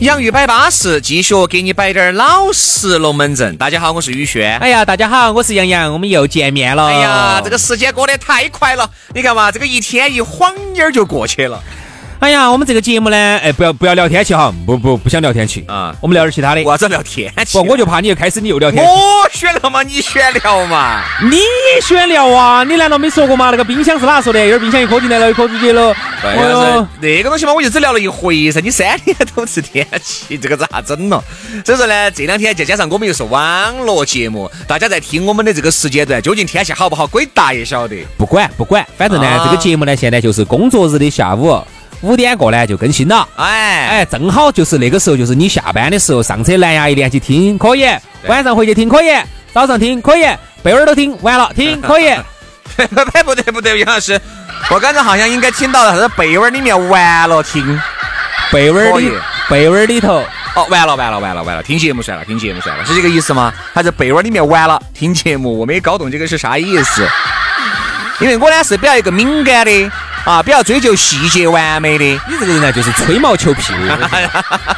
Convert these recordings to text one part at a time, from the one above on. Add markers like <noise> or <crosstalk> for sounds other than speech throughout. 洋芋摆巴适，继续给你摆点儿老实龙门阵。大家好，我是宇轩。哎呀，哦大家好，我是杨洋，我们又见面了。哎呀，这个，时间过得太快了，你看嘛，这个一天一晃眼儿就过去了。哎呀，我们这个节目呢，哎，不要不要聊天气哈，不不不想聊天气啊我们聊点其他的我。要子聊天气不，，我就怕你又开始你又聊天气。我选了嘛，你选了嘛。你也喜欢聊啊？你难道没说过吗？那个冰箱是哪说的？一会儿冰箱一颗进来了，一颗出去了。对哎呦呀，是那个东西嘛，我就只聊了一回噻。你三天都是天气，这个咋整了？所以说呢，这两天再加上我们又是网络节目，大家在听我们的这个时间段，究竟天气好不好，鬼大爷晓得。不管不管，反正呢，啊这个节目呢，现在就是工作日的下午五点过呢就更新了。哎哎，正好就是那个时候，就是你下班的时候，上车蓝牙一连起听可以，晚上回去听可以，早上听可以，被窝儿都听完了听可以。 <laughs> 不对哎不对不对，杨老师，我刚才好像应该听到了，他的被窝里面完了听，被窝儿可里以被窝儿里头，哦，完了完了完了完了，听节目算了，听节目算了，是这个意思吗？还是被窝里面完了听节目？我没搞懂这个是啥意思，因为我呢是比较一个敏感的啊，比较追求细节完美的。你这个人呢就是吹毛 <laughs> 求疵。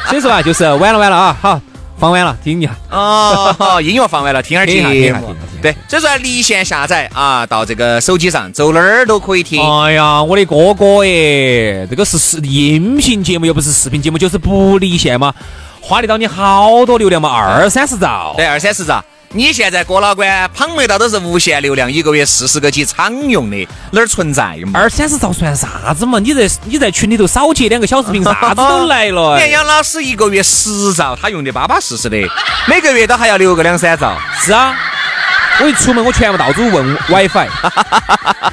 所以说啊，就是晚了晚了啊，好，放完了听一下。哦，音乐放完了，听下听一下节听一下听目一下。对，所以说离线下载啊，到这个手机上走哪儿都可以听。哎呀，我的哥哥耶，这个是视音频节目，又不是视频节目，就是不离线嘛，花得到你好多流量嘛，二三十兆。对，二三十兆。你现在郭老倌捧没到都是无限流量，一个月四十个 G 常用的，哪儿存在嘛？二三十兆算啥子嘛？你在你在群里头少截两个小视 <laughs> 频，啥子都来了你哎。看杨老师一个月十兆，他用的巴巴适适的，每个月都还要留个两三兆。是啊，我一出门我全部到处问 WiFi，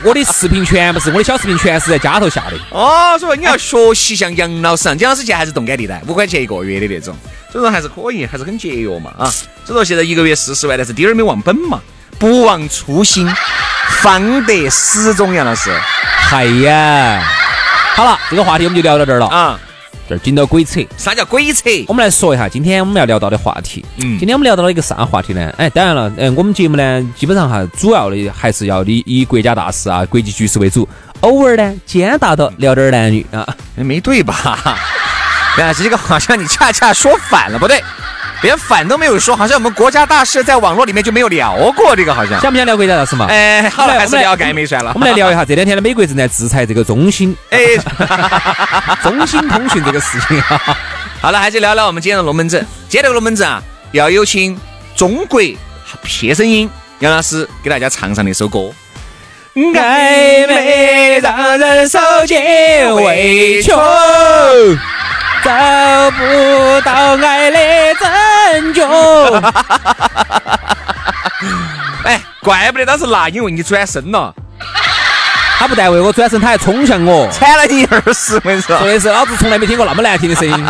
我的视频全部是我的小视频全是在家头下的。哦，所以你要学习像杨老师啊，杨老师现在还是动感地带，五块钱一个月的那种，所以说还是可以，还是很节约嘛啊。所以说现在一个月四十万，但是滴儿没忘本嘛，不忘初心，方得始终。杨老师嗨呀，好了，这个话题我们就聊到这儿了啊，啊，这儿紧到鬼扯。啥叫鬼扯？我们来说一下今天我们要聊到的话题。嗯嗯，今天我们聊到了一个啥话题呢？哎，当然了，嗯，我们节目呢，基本上哈，主要的还是要以以国家大事啊、国际局势为主，偶尔呢，兼大到聊点儿男女啊。没对吧？ <laughs> 但是这个好像你恰恰说反了，不对，连反都没有说，好像我们国家大事在网络里面就没有聊过这个，好像。想不想聊国家大事嘛？哎，好了，我们来还是聊该美算了。我们来聊一下这两天的美国正在制裁这个中 <laughs> 兴 <laughs> 哎，中兴通讯这个事情啊。好了，还是聊聊我们今天的龙门阵。今天这个龙门阵啊，要有请中国撇声音杨老师给大家唱上那首歌。暧昧让人受尽委屈，找不到爱的证据。哎，怪不得当时那因为你转身了， <laughs> 他不但为我转身，他还冲向我， <laughs> 铲了你二十，我跟你说说，的是老子从来没听过那么难听的声 <laughs> 音。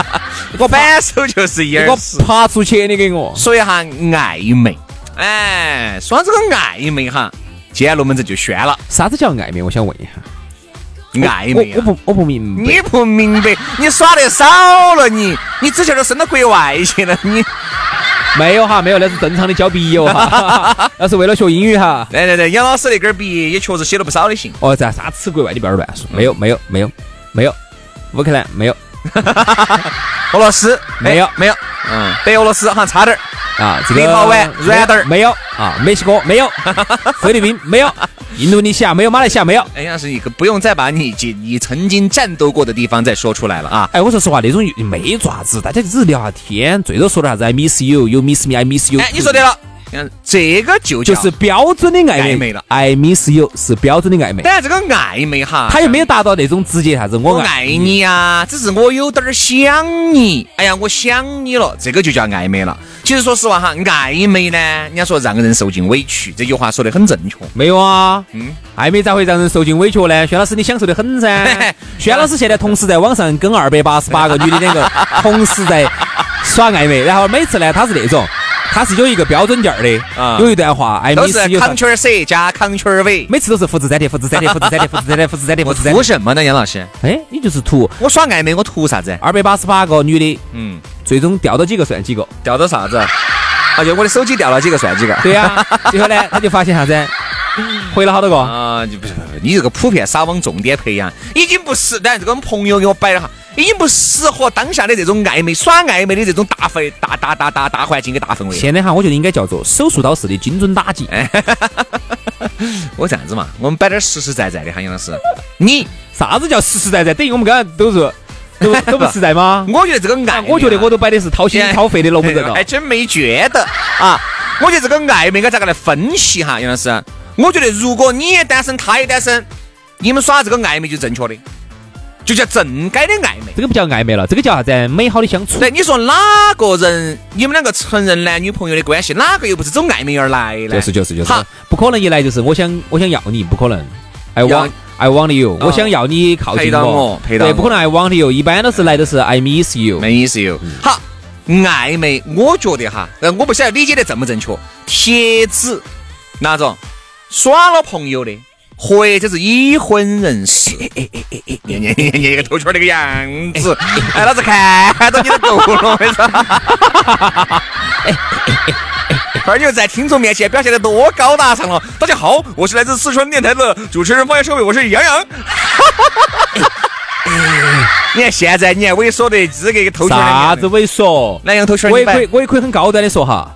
我反手就是一给耳我屎。爬出去，你给我。说一下暧昧，哎，说到这个暧昧哈，今天龙门阵就宣了，啥子叫暧昧？我想问一下。暧昧、啊。我我不我不明白。你不明白，你耍得少了你，你之前都升到国外去了你。没有哈，没有，那是正常的交笔友 <laughs> 哈，那是为了学英语哈。来来来，杨老师那根笔也确实写了不少的信。哦，在啥吃国外？你不要乱说。没有，没有，没有，没有，乌克兰没有俄罗斯没有哎没有，嗯，北俄罗斯好像差点儿。啊，这个立陶宛软蛋儿没有啊，墨西哥没 <laughs> 有，菲律宾没有，印度尼西亚没有，马来西亚没有。哎，杨老师，你可不用再把你你你曾经战斗过的地方再说出来了啊。哎，我说实话，那种没爪子，大家就只是聊下天，最多说点啥子 I miss you，you miss me，I miss you。哎，你说对。了，嗯，这个就叫就是标准的暧暧昧昧了 I miss you 是标准的暧昧，当然这个暧昧哈，他又没有达到那种直接啥子我我爱你呀、只是我有点儿想你。哎呀，我想你了，这个就叫暧昧了。其实说实话哈，暧昧呢，人家说让人受尽委屈，这句话说得很正确。没有啊，嗯。暧昧咋会让人受尽委屈呢？薛老师，你享受的很噻轩老师现在同时在网上跟二百八十八个女的两个同时在耍暧昧，然后每次呢，他是那种，他是有一个标准件儿的，啊有一段话，I 都 miss 是 you， Ctrl C 加 Ctrl V。每次都是复制粘贴，复制粘贴，复制粘贴，复制粘贴，复制粘贴，复我制粘图贴。什么呢，杨老师？哎，你就是图我耍暧昧，我图啥子？二百八十八个女的，嗯，最终掉到几个算几个。掉到啥子？而哎且我的手机掉了几个算几个？对呀、最后呢，他就发现啥子？回了好多 <laughs> 个，啊，就不是不是，你这个普遍撒网重点培养，已经不是，当然这个我们朋友给我摆了哈，已经不适合当下的这种暧昧、耍暧昧的这种大氛、大大大大大环境跟大氛围。现在哈，我觉得应该叫做手术刀式的精准打击。我这样子嘛，我们摆点实实在在的哈，杨老 <laughs> 师。你，？啥子叫实实在在？等于我们刚才都是都都不实在吗 <laughs> 我觉得这个暧昧啊、我觉得我都摆的是掏哎心掏肺的龙门阵了还。真没觉得啊。我觉得这个暧昧该咋个来分析哈，杨老师？我觉得如果你也单身，他也单身，你们耍这个暧昧就是正确的，就叫正该的暧昧。这个不叫暧昧了，这个叫啥子？美好的 <laughs> 相处。对，你说哪个人，你们两个成人男女朋友的关系，哪个又不是走暧昧而来呢？就是就是就是好，不可能一来就是我想我想要你，不可能。I 要 want I want you，啊我想要你靠陪近到我陪到对，我不可能 I want you，一般都是来的是 I miss you。没意思哟。好，暧昧，我觉得哈，呃，我不晓得理解得正不正确。贴纸那种耍了朋友的，或者是已婚人士，你你你你个头圈那个样子，哎，老子看到你都够了，我跟你说。而又在听众面前表现得多高大上了。大家好，我是来自四川电台的主持人方言社会，我是杨洋。你看现在，你看猥琐的资格个头圈儿那个样啥子子猥琐？南阳头圈儿我你也摆可以，我也可以很高端的说哈。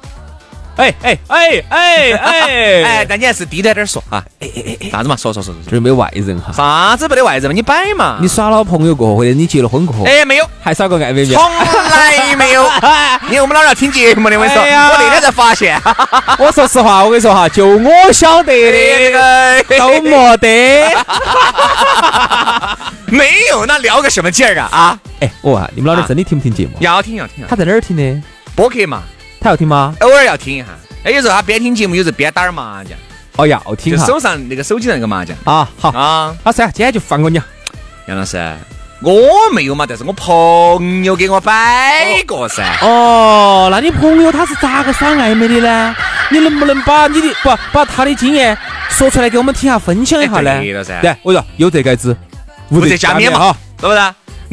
哎哎哎 <laughs> 哎哎哎，哎，但你还是低端点儿说哈。哎哎哎，啥子嘛？说说说说说。这没外人哈。啥子没得外人嘛？你摆嘛。你耍了朋友过后，或者你结了婚过后，哎，没有，还耍个暧昧没从？来没 <laughs> 有。你看我们老娘听节目的，我跟你说，哎呀我那天才发现，哈哈 <laughs> 我说实话，我跟你说哈，就我晓得这的个都没得。没有，那聊个什么劲儿啊啊！ <laughs> 哎，我问下，你们老娘真的听不听节目？要听要听要听，他在哪儿听的？播客嘛，他要听吗？偶尔要听一下。哎，有时候他边听节目，有时候边打点麻将，哦，要就听哈。手上那个手机上那个麻将啊，好，啊。老师，今天就放过你。杨老师，我没有嘛，但是我朋友给我摆过噻。哦，那你朋友他是咋个耍暧昧的呢？你能不能把你的不把他的经验说出来给我们听下，分享一下哎呢？对了噻对，我说有德改之，无不得加冕嘛哈。，对不对？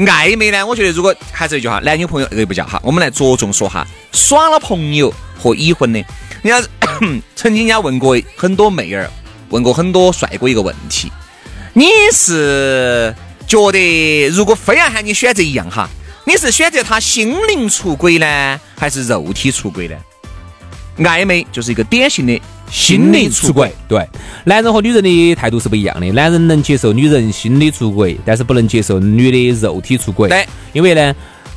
暧昧呢，我觉得如果还是一句话，男女朋友这个不叫哈，我们来着重说哈，耍了朋友和已婚的，人家 <coughs> 曾经人家问过很多妹儿，问过很多帅哥一个问题，你是觉得如果非要喊你选择一样哈，你是选择他心灵出轨呢，还是肉体出轨呢？暧昧就是一个典型的心理出轨，，对，男人和女人的态度是不一样的。男人能接受女人心理出轨，但是不能接受女的肉体出轨。对，因为呢，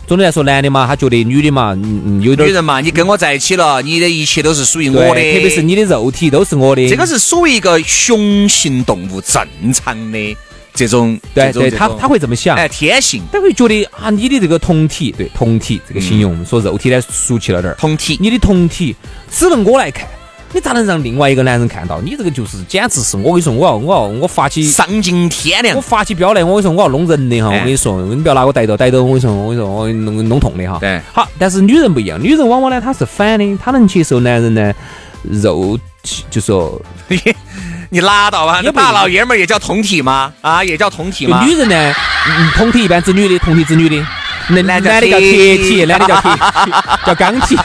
总的来说，男的嘛，他觉得女的嘛，嗯嗯，有点女人嘛，你跟我在一起了，你的一切都是属于我对的，特别是你的肉体都是我的。这个是属于一个雄性动物正常的这种，对这种对，他他会这么想。哎天性他会觉得啊，你的这个同体，对同体这个形容，说肉体呢俗气了点儿。同体，你的同体只能我来看，你咋能让另外一个男人看到？你这个就是简直是我跟你说，我要我要我发起丧尽天良我，发起飙来，我跟你说我要弄人的哈！哎我跟你说，你不要拿我逮到逮到，我跟你说我跟你说我弄弄痛的哈。对，好，但是女人不一样，女人往往呢她是反的，她能接受男人呢肉体，就说 <laughs> 你拉倒吧，也那不一大样老爷们儿也叫同体吗？啊，也叫同体吗？女人呢，嗯同体一般指女的，同体指女的。那男的男的叫叫铁铁体体，男的 <laughs> 叫铁体，叫钢体。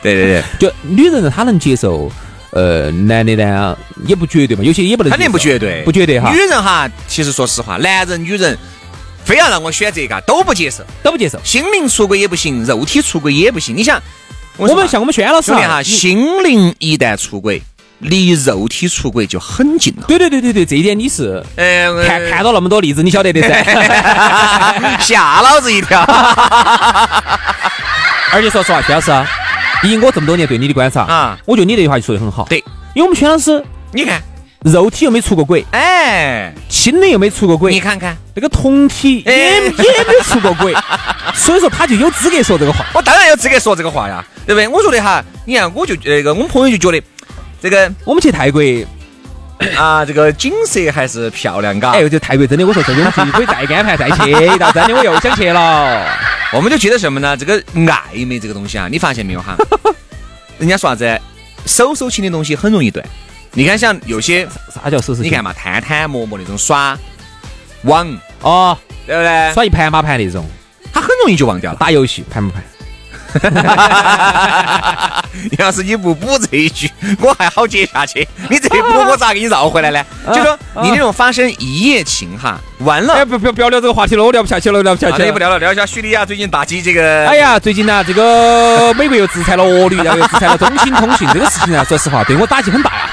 对对对，就女人呢，她能接受，呃，男的呢也不绝对嘛，有些也不能接受。肯定不绝对，啊不绝对哈女，人哈，其实说实话，男人女人。非要让我选择一个，都不接受，都不接受。心灵出轨也不行，肉体出轨也不行。你想，我我说们嘛像我们轩老师兄弟哈，啊，你心灵一旦出轨，离肉体出轨就很近了。对对对对对，这一点你是哎，我看看到那么多例子，你晓得的噻。 <laughs> 吓老子一跳。而且说实话，薛老师啊，以我这么多年对你的观察啊我觉得你这句话就说得很好。 <laughs> 对，因为我们薛老师你看，肉体又没出过轨，哎，心里又没出过轨，你看看，那个同体也哎也没出过轨，所以说他就有资格说这个话。我当然有资格说这个话呀，呃对不对？我觉得哈，你看，我就那个，我们朋友就觉得这个我们去泰国啊，这个景色还是漂亮嘎。哎，我觉得泰国真的，我说这种地可以再安排再去一道，真的我又想去了。我们就觉得什么呢？这个暧昧这个东西啊，你发现没有 <laughs> 哈？人家说啥子，手手亲的东西很容易断。你看，像有些啥叫收拾？你看嘛，探探、陌陌那种耍网，哦，对不对？耍一盘马盘那种，他很容易就忘掉了。打游戏盘不盘？要是 <laughs> 你不补这一句，我还好接下去。你这一补，我咋给你绕回 <laughs> 来呢？就说你那种发生一夜情哈，完了，啊哎，不不不要聊这个话题了，我聊不下去了，我聊不下好去的也了不。聊了，聊一下叙利亚最近打击这个。 <laughs> 哎呀，最近呢、这 <laughs> 个美国又制裁了俄语，然后又制裁了中兴通讯，这个事情呢、说实话对我打击很大呀、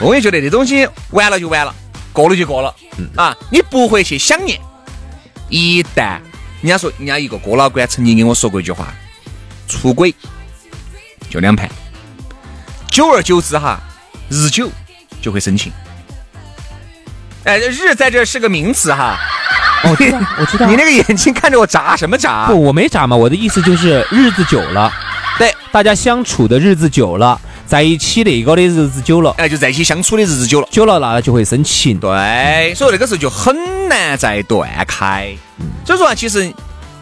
我也觉得这东西完了就完了，过了就过了，啊，你不会去想念。一旦人家说，人家一个哥老倌曾经跟我说过一句话：出轨就两盘，久而久之哈，日久就会生情。哎，日在这是个名词哈。哦，对，我知道 <laughs> 你那个眼睛看着我眨什么眨？不，我没咋嘛，我的意思就是日子久了，对，大家相处的日子久了，在一起那个的日子久了，哎，就在一起相处的日子久了。久了那就会生情。对，所以那个时候就很难再断开。所以说啊，其实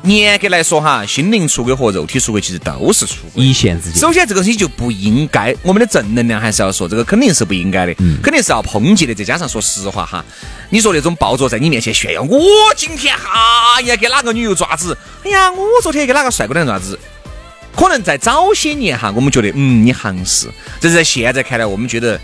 严格来说哈，心灵出轨和肉体出轨其实都是出轨一。线之间，首先，这个东西就不应该，我们的正能量还是要说，这个肯定是不应该的，嗯肯定是要抨击的。再加上说实话哈，你说那种暴走在你面前炫耀，我今天哈哎呀给哪个女友爪子，哎呀，我昨天给哪个帅哥男爪子，可能在早些年哈，我们觉得嗯你行是，但是在现在看来，我们觉得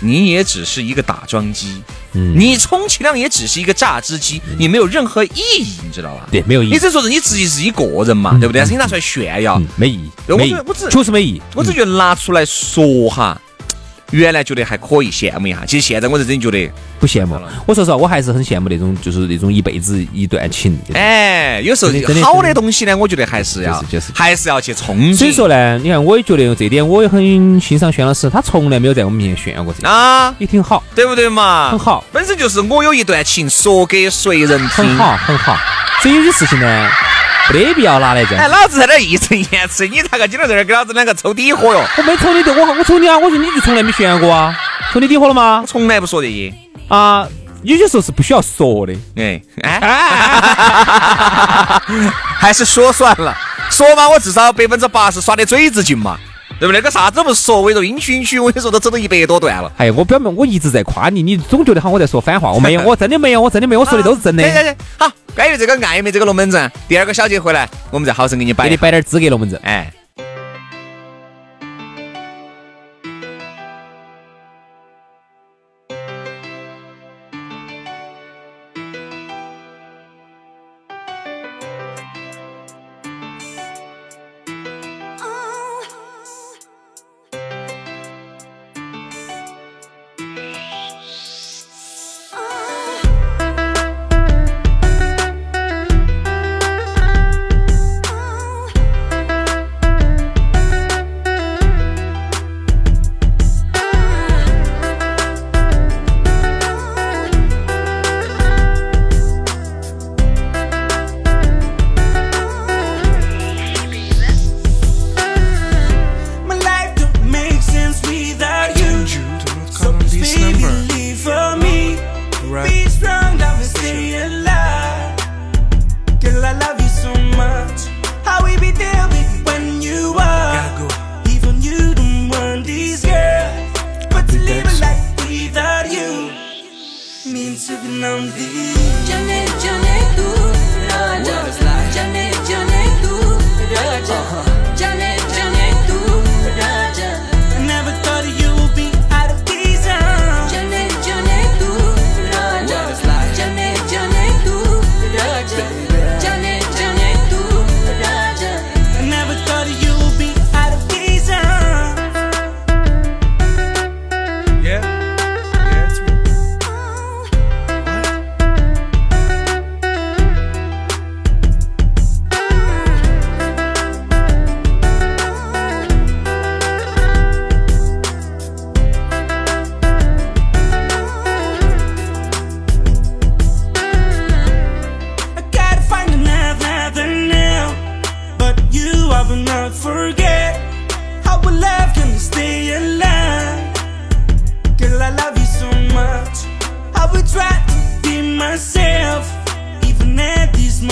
你也只是一个打桩机，嗯你充其量也只是一个榨汁机，你没有任何意义，你知道吧？对没有意义你只说是你自己是一个人嘛，对不对？但是你拿出来炫耀嗯，，没意义，对我没意义只我只，确实没意义。嗯我只觉得拿出来说哈。原来觉得还可以，羡慕一下。其实现在我是真觉得，不羡慕，我说实话，我还是很羡慕那种，就是那种一辈子一段情。哎，有时候真的真的好的东西呢，我觉得还是要就是就是，还是要去憧憬。所以说呢，你看，我也觉得这点我也很欣赏轩老师，他从来没有在我们面前炫耀过这，啊，也挺好，对不对嘛？很好，本身就是我有一段情说给谁人听。很好，很好。所以有些事情呢，没得必要拿来这哎，样。老子在这义正言辞，你咋个今天在这儿跟老子两个抽底火哟？我没瞅你的，我我瞅你啊，我说你就从来没炫耀过啊，瞅你底火了吗我？从来不说这些。啊，有些时候是不需要说的。哎哎， <laughs> 还是说算了，说嘛，我至少百分之八十耍的嘴子劲嘛，对不对？那个啥子都不说，唯独阴虚阴 <laughs> 虚，我跟你说都走到一百多段了。哎呀，我表妹，我一直在夸你，你总觉得好像我在说反话，我没有，我真的没有，我真的啊没有，我说的都是真的。对对对，哎好，关于这个暧昧这个龙门阵，第二个小节回来，我们再好生给你摆给一你下。摆点资格龙门阵。哎， My life don't make sense without you. So please, baby, leave for me. Be strong, love and stay alive. Girl, I love you so much. How we be there with you when you are. Even you don't want these girls. But to live a life without you means to be lonely. जाने जाने तू राजा जाने जाने तू राजा जाने जाने तू राजा I never thought you would be out of these arms. जाने जाने तू राजा जाने जाने तू राजा जाने जाने तू राजा I never thought you would be out of these arms.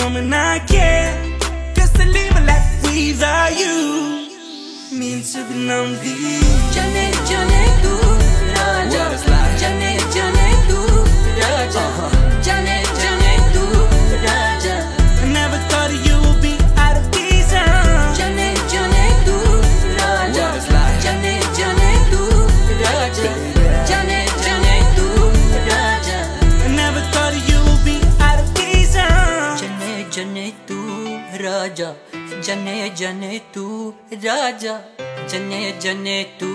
when I can. Just to live a life without you means to be lonely. jane jane tu raja jane jane tu raja jane jane tu raja I never thought that you would be out of these arms. jane jane tu raja jane jane tu raja jane jane tu raja I never thought that you would be out of these arms. jane jane tu raja jane jane tu raja jane jane tu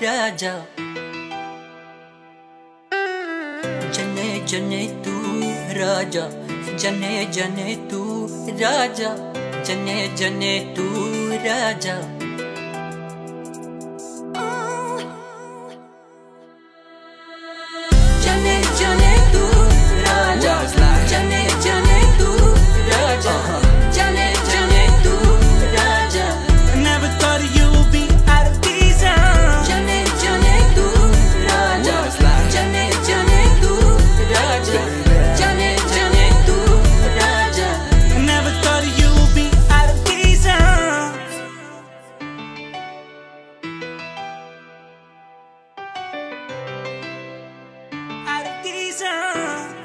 raja jane jane tu raja jane jane tu raja jane jane tu raja jane jane tu raja jane jane tu raja jane jane tu raja I never thought that you would be out of these arms. jane jane tu raja jane jane tu raja jane jane tu raja I never thought that you would be out of these arms. Out of these arms.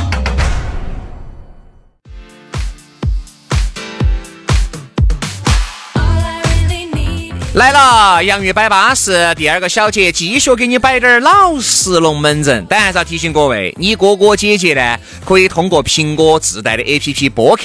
all i really need 来了，洋芋摆巴士第二个小节，继续给你摆点儿老实龙门阵。但还是要提醒各位，你哥哥姐姐呢，可以通过苹果自带的 APP 播客，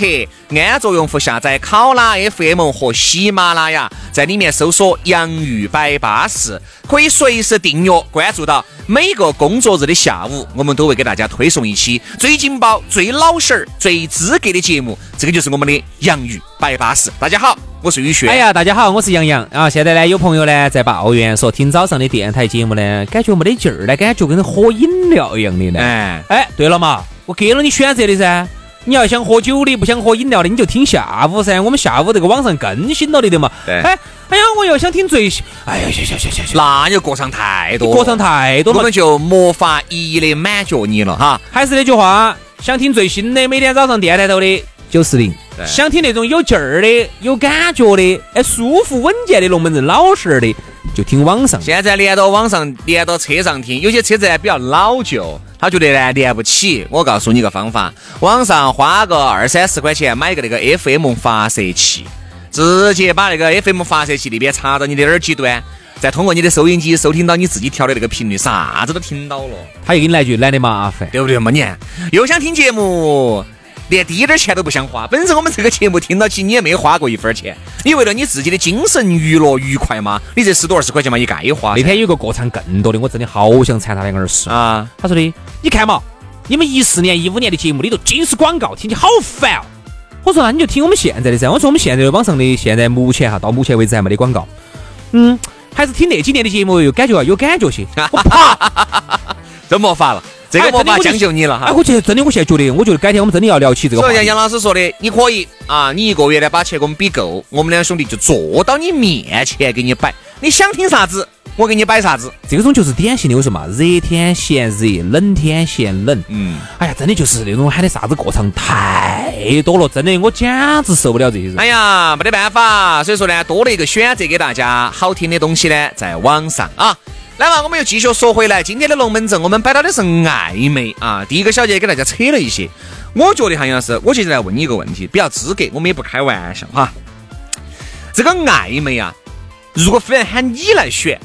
安卓用户下载考拉 FM 和喜马拉雅，在里面搜索“洋芋摆巴士”，可以随时订阅，关注到每个工作日的下午，我们都会给大家推送一期最劲爆、最老实儿、最资格的节目。这个就是我们的洋芋摆巴士。大家好，我是宇轩。哎呀，大家好，我是杨洋啊。现在呢，有朋友呢在抱怨说，听早上的电台节目呢，感觉没得劲儿呢，感觉跟喝饮料一样的呢。哎哎，对了嘛，我给了你选择的噻。你要想喝酒的，不想喝饮料的，你就听下午噻。我们下午这个网上更新了的的嘛。对哎，哎呀，我又想听最新，哎呀，行行行行行，那就过上太多了，歌唱太多我了嘛们。就没法一一的满足你了哈。还是那句话，想听最新的，每天早上电台头的九四零对；想听那种有劲儿的、有感觉的、哎舒服稳健的龙门阵、老实儿的，就听网上。现在连到网上，连到车上听，有些车子呢比较老旧，他觉得呢连不起。我告诉你个方法，网上花个二三十块钱买个那个 FM 发射器，直接把那个 FM 发射器那边插到你的耳机端，再通过你的收音机收听到你自己调的那个频率，啥子都听到了，他又给你来句懒得麻烦，对不对嘛？你看，又想听节目。连滴点儿钱都不想花，本身我们这个节目听到起你也没花过一分儿钱，你为了你自己的精神娱乐愉快嘛，你这十多二十块钱嘛也该花噻。那天有个歌唱更多的，我真的好想缠他两个耳屎。啊，他说的，你看嘛，你们一四年、一五年的节目里头尽是广告，听起好烦哦。我说那你就听我们现在的噻。我说我们现在的网上的现在目前哈，到目前为止还没得广告。嗯，还是听那几年的节目，有感觉啊，有感觉 <laughs> 些。我真没法了，这个哎没真法的我就将就你了哈哎，。我觉得真的，我现在觉得，我觉得改天我们真的要聊起这个话所以像题杨。老师说的，你可以啊，你一个月呢把钱给我们比够，我们两兄弟就坐到你面前给你摆，你想听啥子，我给你摆啥子。这种就是典型的，我说嘛，热天嫌热，冷天嫌冷。嗯，哎呀，真的就是那种喊的啥子过场太多了，真的，我简直受不了这些人。哎呀，没得办法，所以说呢，多了一个选择给大家，好听的东西呢，在网上啊。来嘛，我们又继续说回来，今天的龙门阵我们摆到的是暧昧啊。第一个小节给大家扯了一些，我觉得韩老师，我现在来问你一个问题，比较资格，我们也不开玩笑哈。这个暧昧啊，如果非然喊你来选，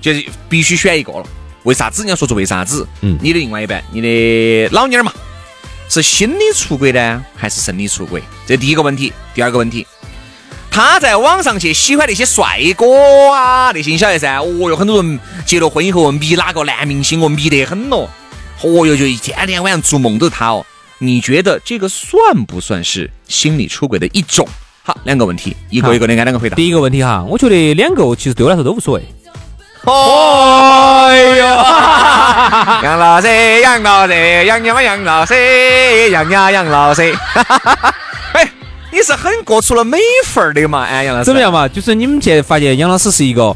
就是必须选一个了。为啥子？你要说出为啥子？嗯你的另外一半，你的老娘儿嘛，是心理出轨呢，还是生理出轨？这第一个问题。第二个问题，他在网上去喜欢那些帅哥啊，那些你晓得噻。哦哟，很多人结了婚以后迷哪个男明星哦，迷得很哦。哦哟，就一天天晚上做梦都是他哦。你觉得这个算不算是心理出轨的一种？好，两个问题，一个一个的按两个回答。第一个问题哈，我觉得两个其实对我来说都无所谓。哎呀， <laughs> 杨老师，杨老师，杨杨杨老师，杨呀杨老师， <laughs> 哎，你是很过出了美分儿的嘛？哎，杨老师，怎么样？嘛？就是你们现在发现杨老师是一个，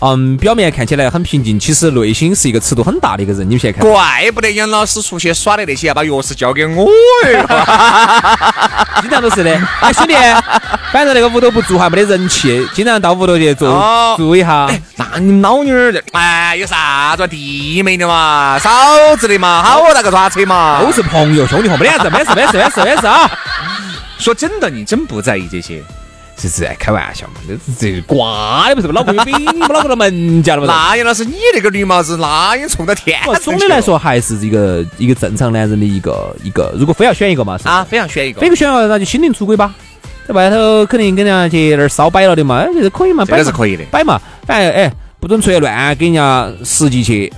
嗯，表面看起来很平静，其实内心是一个尺度很大的一个人。你们现在看，怪不得杨老师出去耍的那些，把钥匙交给我哟。经常都是的。哎， <laughs> 兄弟，反正那个屋头不住还没得人气，经常到屋头去住哦住一下。那你们老妞儿的，哎，有啥子弟妹的嘛，嫂子的嘛，好大个抓车嘛。都是朋友兄弟伙，没得啥子，没得事，没得事，没得事，没得事啊！说真的，你真不在意这些。这是在开玩笑嘛？这这瓜的不是老公有病，不老过了门家了不是？那杨老师，你那个绿帽子，那也冲到天上不去了。总的来说还是一个一个正常男人的一个一个，如果非要选一个嘛，是啊，非常选一个非。要选一个那就心灵出轨吧，在外头肯定跟人家去那儿烧摆了的嘛，哎，这个可以嘛，这摆个嘛是可以的。摆嘛，反正哎不准出去乱给人家实际去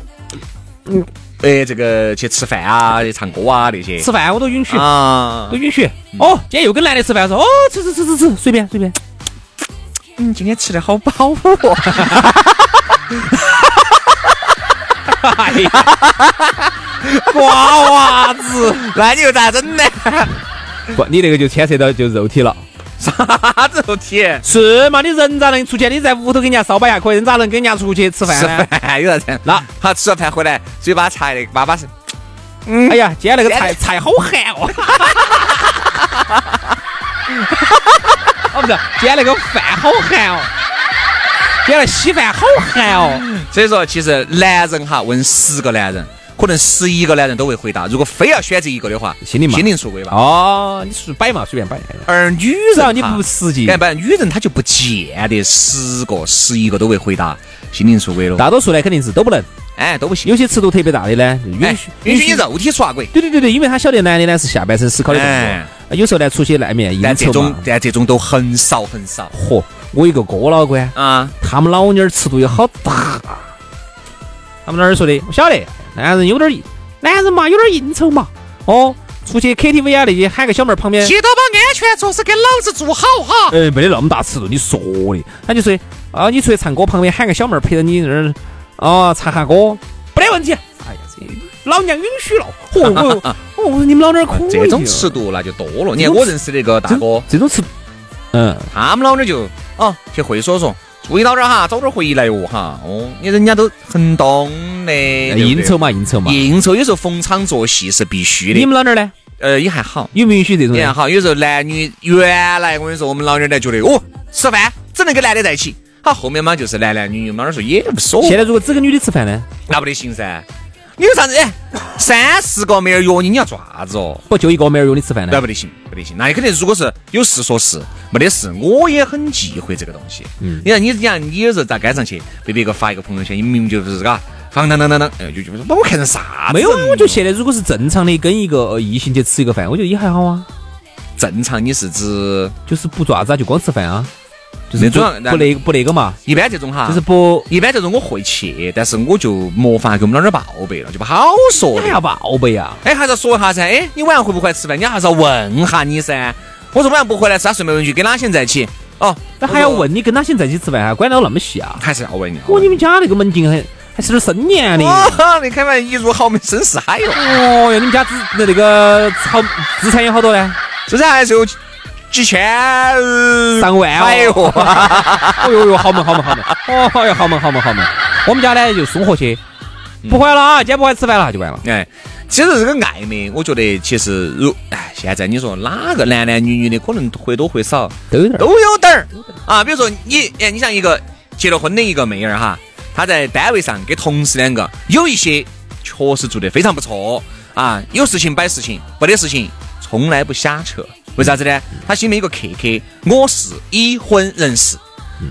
哎，这个去吃饭啊，去唱歌啊那些。吃饭我都允许，啊都，允许。哦，今天又跟男的吃饭，说哦吃吃吃吃吃，随便 <laughs> 随便。嗯，今天吃的好饱哦。哎呀，瓜娃子，那你又咋整呢？ <laughs> 不，你那个就牵涉到就肉体了。啥子肉体？是嘛？你人咋能出去？你在屋头给人家烧摆下啊可以，人咋能跟人家出去吃饭啊吃呢？饭 <laughs> 有啥子？那他吃了饭回来，嘴巴馋的，爸爸是 <laughs> 哎呀，今天那个菜菜好咸哦！ <laughs> 哦，不是，今天那个饭好咸哦，今天那稀饭好咸哦。所以说，其实男人哈，问十个男人，可能十一个男人都会回答。如果非要选这一个的话，心灵嘛心啊灵出轨吧。 <laughs> 哦，你是摆嘛，随便摆。而女只要人啊你哈不实际哎，不，女人她就不见得十个、十一个都会回答心灵出轨了。大多数呢肯定是都不能，哎，都不行。有些尺度特别大的呢，就哎允许允许你肉体出轨，对对对对，因为他晓得男的呢是下半身思考的哎动作，啊有时候呢出去外面应但这酬种嘛。但这种都很少很少嚯，我有一个哥老倌。啊。他们老妞儿尺度有好大。他们老儿说的，我晓得，男人有点儿硬，男人嘛有点儿应酬嘛。哦，出去 KTV 啊那些喊个小妹儿旁边，都把安全措施给老子做好哈！哎，没得那么大尺度，你说的。他就说啊，你出去唱歌旁边喊个小妹儿陪着你那儿啊唱下歌，没得问题。哎呀，这老娘允许了。嚯，我哦，我说你们老妞儿可以啊这种尺度那就多了。你看我认识的一个大哎哥，这种尺，嗯，他们老娘就哦去会所说，注意到点儿哈，早点回来哟哈。哦，你人家都很懂的，对不哎应对酬嘛，应酬嘛。应酬有时候逢场作戏是必须你的。们老妞儿呢？呃，也还好，允不允许这种也人还？好。有时候男女原来我跟你说，我们老娘儿呢觉得哦，吃饭只能跟男的在一起。好，后面嘛就是男男女女，我们老娘儿说也无所谓现。在如果只跟女的吃饭呢？那不得行噻。你有啥子？哎，三四个妹儿约你，你要做啥子哦？不就一个妹儿约你吃饭呢那？不得行，不得行。那你肯定，如果是有事说事，没得事，我也很忌讳这个东西。嗯，你看，你讲，你有时候在街上去被别个发一个朋友圈，你明明就是嘎，当当当当当，哎，就就把我看成啥子？没有，啊，我觉得现在如果是正常的跟一个呃异性去吃一个饭，我觉得也还好啊，正常，你是指就是不做啥子啊，就光吃饭啊，就是那不种不那啊个不那个嘛，一般这种哈，就是不一般这种我会去，但是我就没法给我们老儿报备了，就不好说哎的呀。报备啊，哎，还是要说一下噻。哎，你晚上回不回来吃饭？你还是要问下你噻。我说晚上不回来吃，他顺便问一句跟哪些人在一起？哦，那还要问你跟哪些人在一起吃饭啊？管到那么细啊我说？？还是要问的。哦，你们家那个门禁还还是点森严的。哇， <laughs> 你开门一入豪门深似海哟，哦哟，你们家资那那个好资产有好多呢？这才还是有几千、呃上万哦哎呦，哦哟哟，豪门豪门豪门，哦哟豪门豪门豪门，我们家呢就松活些，不回来了啊，今天不回来吃饭了就完了。 <laughs> 哎，其实这个暧昧，我觉得其实如哎，现在你说哪个男男女女的，可能或多或少都有点儿都有点儿啊。比如说你，哎，你像一个结了婚的一个妹儿哈，她在单位上跟同事两个有一些确实做得非常不错啊，有事情摆事情，没得事情从来不瞎扯。为啥子呢？她心里面有个刻刻，我是已婚人士。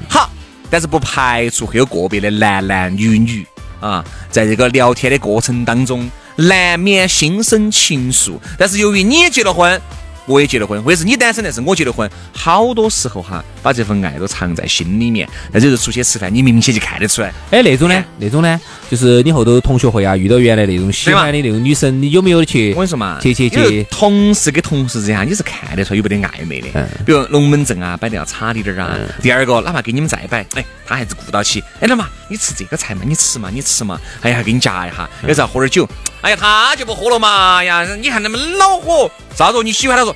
好，但是不排除会有个别的男男女女啊，在这个聊天的过程当中，难免心生情愫。但是由于你结了婚，我也结了婚，或者是你单身，但是我结了婚。好多时候哈，把这份爱都藏在心里面，那就是出去吃饭，你明显就看得出来。哎，那种呢？那种呢？就是你后头同学会啊，遇到原来那种喜欢的那种女生，你有没有去？我跟你说嘛，去去因为去，同事跟同事之间啊，你是看得出来有没得暧昧的。嗯比如龙门阵啊，摆得要差滴点儿啊。第二个，哪怕给你们再摆，哎，他还是顾到起。哎，老妈，你吃这个菜嘛？你吃嘛？你吃嘛？哎呀，给你夹一下。有时候喝点酒，哎呀，他就不喝了嘛。哎呀，你看那么恼火，啥子？你喜欢他说，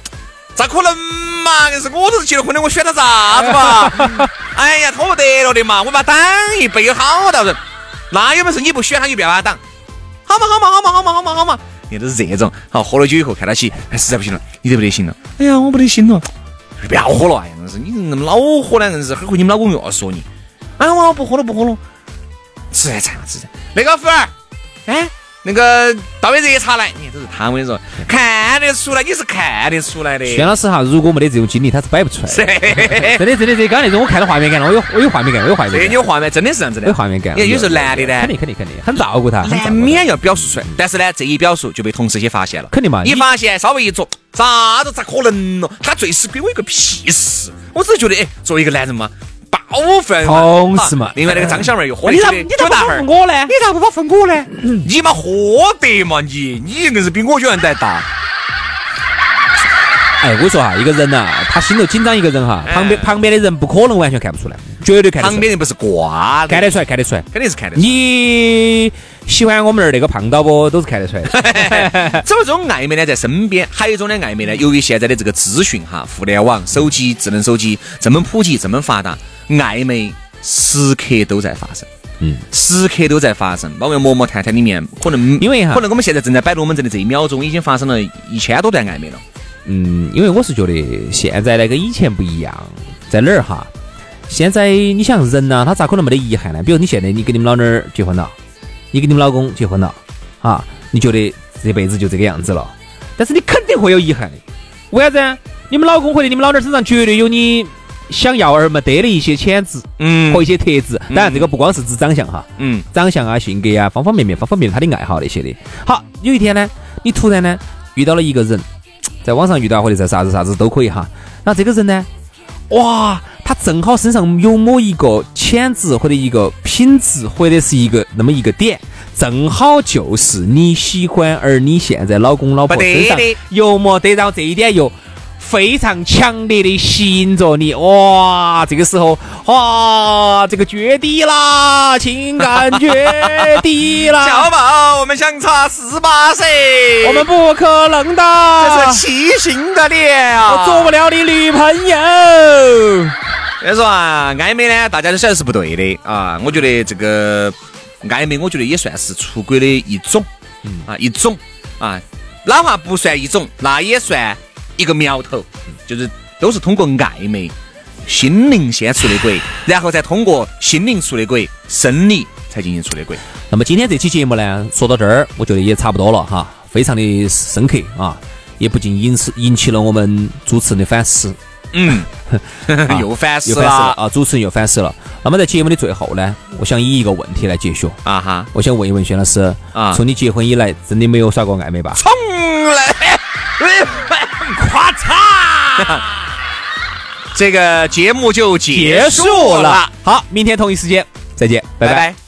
咋可能嘛？硬是我都是结了婚的，我选他啥子嘛？哎呀，拖不得了的嘛，我把他挡一杯好到人。那有本事你不选他，你不要把他挡。好嘛好嘛好嘛好嘛好嘛好嘛，你看都是这种。好，喝了酒以后看到起，哎，实在不行了，你得不得行了？哎呀，我不得行了，不要喝了，哎呀，真是你那么恼火呢，真是，很快你们老公又要说你，哎，我不喝了不喝了，吃饭吃饭吃饭，那个福儿，哎。那个倒杯热茶来，你看都是他。我跟你说，看得出来，你是看得出 <laughs> 来的。轩老师哈，如果没得这种经历，他是摆不出来的。真的真的，这刚才那种我看到画面感了，我有我有画面感，我有画面这感，有画面，真的是这样子的。我有画面感。你看， <laughs> 有时候男的呢肯，定肯定肯定，很照顾他，很照顾他难免要表述出来，但是呢，这一表述就被同事些发现了，肯定嘛一你发现稍微一琢，咋子咋可能咯？他最是关我一个屁事！我只是觉得，哎，作为一个男人嘛，报分同事嘛啊另外那个张小妹又喝那了你酒咋的酒你咋不大保份儿护，我呢？咋不把分我呢？你妈喝得嘛你！你硬是比我酒量还大。哎，我跟你说哈，一个人呐，他心头紧张，一个人哈，旁边旁边的人不可能完全看不出来，绝对看得嗯旁出来，边人不是挂的，看得出来，看得出来。肯定是看得出来。你喜欢我们那儿那个胖导不？都是看得出来的。只不过这种暧昧呢，在身边；还有一种呢，暧昧呢，由于现在的这个资讯哈，互联网、手机、智能手机这么普及、这么发达，暧昧时刻都在发生。嗯，时刻都在发生，包括陌陌探探里面，可能因为哈可能我们现在正在摆龙门阵的这一秒钟，已经发生了一千多段暧昧了。嗯，因为我是觉得现在呢跟以前不一样，在哪儿哈？现在你想人呐、他咋可能没得遗憾呢？比如你现在你跟你们老娘儿结婚了，你跟你们老公结婚了，啊，你觉得这辈子就这个样子了，但是你肯定会有遗憾的。为啥子啊？你们老公或者你们老娘儿身上绝对有你想要而没得的一些潜质嗯和一些特质。当然，这个不光是指长相哈，嗯，长相啊、性格啊，方方面面，方方面面他的爱好那些的。好，有一天呢，你突然呢遇到了一个人，在网上遇到或者在啥子啥子都可以哈。那这个人呢，哇，他正好身上有某一个潜质或者一个品质或者是一个那么一个点。正好就是你喜欢，而你现在老公老婆不得身上的又没得到这一点，又非常强烈的吸引着你，哇！这个时候，哇，这个绝堤啦，情感绝堤 <laughs> 啦，宝，我们相差十八岁我们不可能的，畸形的恋啊我做不了你女朋友。所以说啊，暧昧呢，大家都晓得是不对的啊。我觉得这个暧昧，我觉得也算是出轨的一种，嗯啊，一种啊，哪怕不算一种，那也算一个苗头，就是都是通过暧昧，心灵先出的轨，然后再通过心灵出的轨，生理才进行出的轨。那么今天这期节目呢，说到这儿，我觉得也差不多了哈，非常的深刻啊，也不禁引起引起了我们主持人的反思。嗯， <laughs> 又反思啊又反思了了啊！主持人又反思了。那么在节目的最后呢，我想以一个问题来结束。啊哈，我想问一问轩老师啊从你结婚以来，真的没有耍过暧昧吧？从 <laughs> 来，咔嚓， <laughs> 这个节目就结束了。好，明天同一时间再见，拜拜拜拜